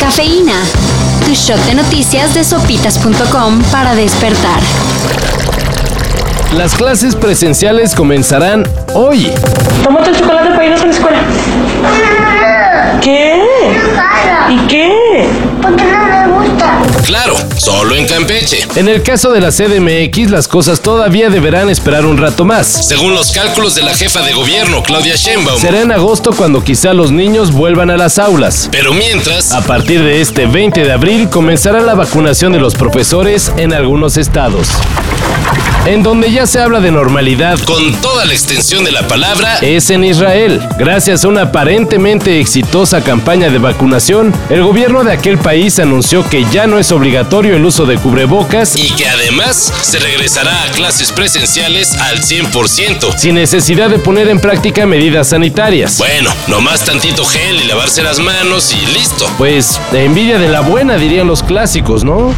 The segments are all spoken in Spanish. Cafeína. Tu shot de noticias de sopitas.com para despertar. Las clases presenciales comenzarán hoy. Tómate el chocolate para irnos a la escuela. ¿Qué? ¿Y qué? Porque no me gusta. Claro, solo en Campeche. En el caso de la CDMX, las cosas todavía deberán esperar un rato más. Según los cálculos de la jefa de gobierno, Claudia Sheinbaum. Será en agosto cuando quizá los niños vuelvan a las aulas. Pero mientras, A partir de este 20 de abril comenzará la vacunación de los profesores en algunos estados. En donde ya se habla de normalidad con toda la extensión de la palabra, es en Israel. Gracias a una aparentemente exitosa campaña de vacunación, el gobierno de aquel país anunció que ya no es obligatorio el uso de cubrebocas y y que además se regresará a clases presenciales al 100%. sin necesidad de poner en práctica medidas sanitarias. Bueno, nomás tantito gel y lavarse las manos y listo. Pues envidia de la buena, dirían los clásicos, ¿no?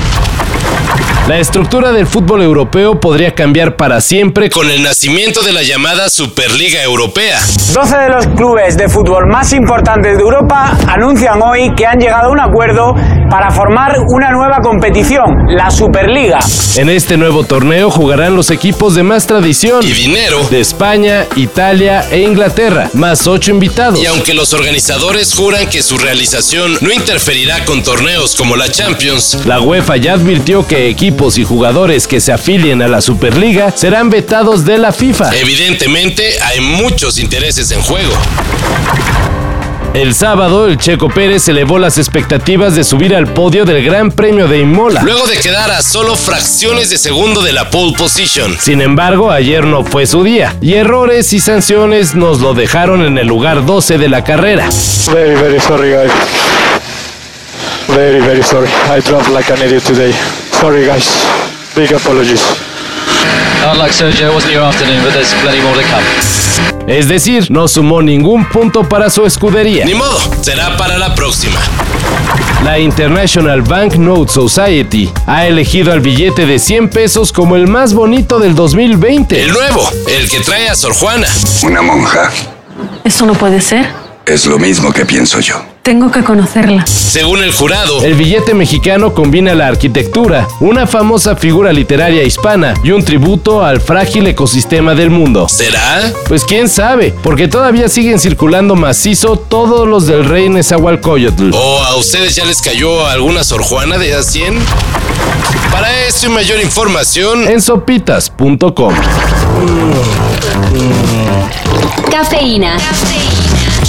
La estructura del fútbol europeo podría cambiar para siempre con Con el nacimiento de la llamada Superliga Europea. 12 de los clubes de fútbol más importantes de Europa anuncian hoy que han llegado a un acuerdo para formar una nueva competición, la Superliga. En este nuevo torneo jugarán los equipos de más tradición Y dinero. de España, Italia e Inglaterra, más ocho invitados. Y aunque los organizadores juran que su realización no interferirá con torneos como la Champions, La UEFA ya advirtió que equipos y jugadores que se afilien a la Superliga serán vetados de la FIFA. evidentemente hay muchos intereses en juego. El sábado, el Checo Pérez elevó las expectativas de subir al podio del Gran Premio de Imola. Luego de quedar a solo fracciones de segundo de la pole position, Sin embargo, ayer no fue su día, y errores y sanciones nos lo dejaron en el lugar 12 de la carrera. Very, very sorry, guys. Very, very sorry. I dropped like an idiot today. Sorry, guys. Big apologies. Not Uh, like Sergio, it wasn't your afternoon, but there's plenty more to come. Es decir, no sumó ningún punto para su escudería. ni modo, será para la próxima. La International Banknote Society ha elegido al billete de 100 pesos como el más bonito del 2020. El nuevo, el que trae a Sor Juana. Una monja Eso no puede ser. es lo mismo que pienso yo. Tengo que conocerla. Según el jurado, El billete mexicano combina la arquitectura, una famosa figura literaria hispana y un tributo al frágil ecosistema del mundo. ¿será? Pues quién sabe, porque todavía siguen circulando macizo todos los del rey Nezahualcóyotl. ¿O a ustedes ya les cayó alguna Sor Juana de a 100? Para eso y mayor información, en sopitas.com. Cafeína.